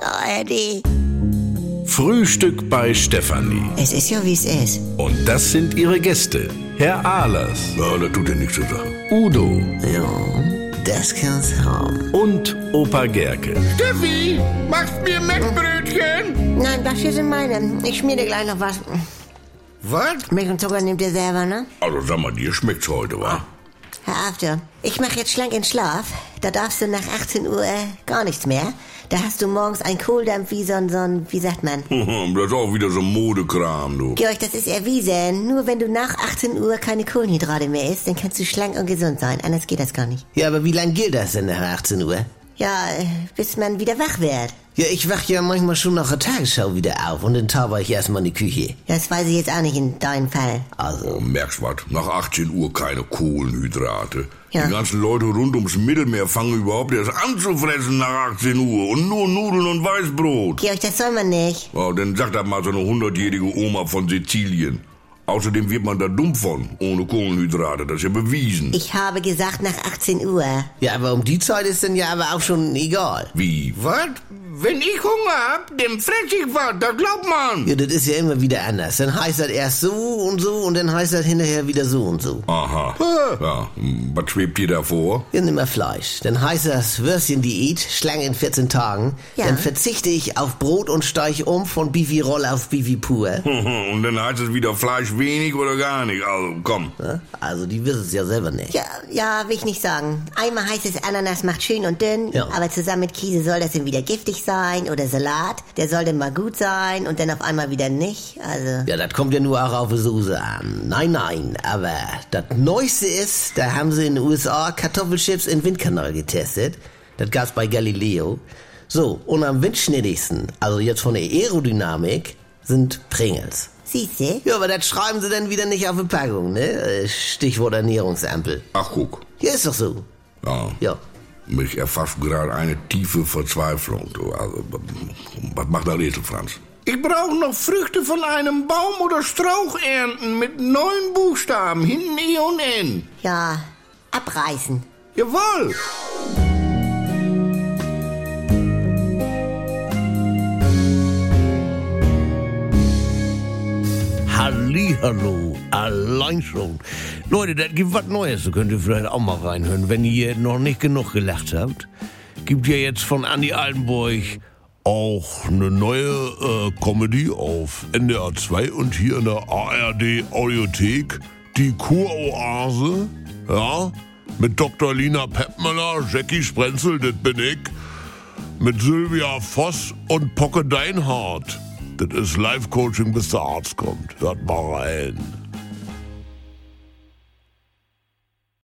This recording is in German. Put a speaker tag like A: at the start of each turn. A: ARD.
B: Frühstück bei Stefanie.
A: Es ist ja, wie es ist.
B: Und das sind ihre Gäste. Herr Ahlers,
C: Ja, das tut ja nichts zur Sache.
B: Udo
A: Ja, das kann's haben.
B: und Opa Gerke.
D: Steffi, machst mir Mettbrötchen?
A: Nein, das hier sind meine. Ich schmier dir gleich noch was.
D: Was?
A: Milch und Zucker nehmt ihr selber, ne?
C: Also sag mal, dir schmeckt's heute, wa?
A: Herr After, ich mache jetzt schlank in Schlaf. Da darfst du nach 18 Uhr äh, gar nichts mehr. Da hast du morgens einen Kohldampf wie so ein, so ein wie sagt man?
C: das ist auch wieder so Modekram, du.
A: Georg, das ist erwiesen. Nur wenn du nach 18 Uhr keine Kohlenhydrate mehr isst, dann kannst du schlank und gesund sein. Anders geht das gar nicht.
E: Ja, aber wie lange gilt das denn nach 18 Uhr?
A: Ja, äh, bis man wieder wach wird.
E: Ja, ich wach ja manchmal schon nach der Tagesschau wieder auf und dann tauber ich erstmal in die Küche.
A: Das weiß ich jetzt auch nicht in deinem Fall.
E: Also,
C: Oh, merkst was, nach 18 Uhr keine Kohlenhydrate.
A: Ja.
C: Die ganzen Leute rund ums Mittelmeer fangen überhaupt erst an zu fressen nach 18 Uhr und nur Nudeln und Weißbrot.
A: Georg, das soll man nicht.
C: Oh, dann sagt das mal so eine hundertjährige Oma von Sizilien. Außerdem wird man da dumm von, ohne Kohlenhydrate, das ist ja bewiesen.
A: Ich habe gesagt nach 18 Uhr.
E: ja, aber um die Zeit ist dann ja aber auch schon egal.
C: Wie?
D: Was? Wenn ich Hunger hab, dann fress ich was, da glaubt man.
E: Ja, das ist ja immer wieder anders. Dann heißt das erst so und so und dann heißt das hinterher wieder so und so.
C: Aha. Ja, hm, was schwebt dir da vor?
E: Ja, nimm mal Fleisch. Dann heißt das Würstchen-Diät, Schlange in 14 Tagen.
A: Ja.
E: Dann verzichte ich auf Brot und steige um von Bifi-Roll auf Bifi-Pur.
C: Und dann heißt es wieder Fleisch wenig oder gar nicht. Also komm.
E: Ja, Also, die wissen es ja selber nicht.
A: Ja, ja, will ich nicht sagen. Einmal heißt es, Ananas macht schön und dünn,
E: Ja.
A: aber zusammen mit Käse soll das dann wieder giftig sein oder Salat. Der soll dann mal gut sein und dann auf einmal wieder nicht. Also,
E: Ja, das kommt ja nur auch auf die Soße an. Nein, nein, aber das Neueste ist, da haben sie in den USA Kartoffelchips in Windkanal getestet. Das gab's bei Galileo. So, und am windschnittigsten, also jetzt von der Aerodynamik, sind Pringles.
A: siehst du?
E: Ja, aber das schreiben sie dann wieder nicht auf die Packung, ne? Äh, Stichwort Ernährungsampel.
C: Ach guck.
E: Ja, ist doch so.
C: Ja.
E: Ja.
C: Mich erfasst gerade eine tiefe Verzweiflung. du. Also, was macht der Esel, Franz?
D: Ich brauche noch Früchte von einem Baum oder Strauch ernten mit neun Buchstaben, hinten E und N.
A: Ja, abreißen.
D: Jawohl.
F: Hallihallo, allein schon. Leute, das gibt was Neues, da könnt ihr vielleicht auch mal reinhören, wenn ihr noch nicht genug gelacht habt. Gibt ja jetzt von Andy Altenburg auch eine neue äh, Comedy auf NDR 2 und hier in der ARD Audiothek, die Kuroase, ja, mit Dr. Lina Peppmüller, Jackie Sprenzel, das bin ich mit Sylvia Voss und Pocke Deinhardt. Das ist Live-Coaching, bis der Arzt kommt. Hört mal rein.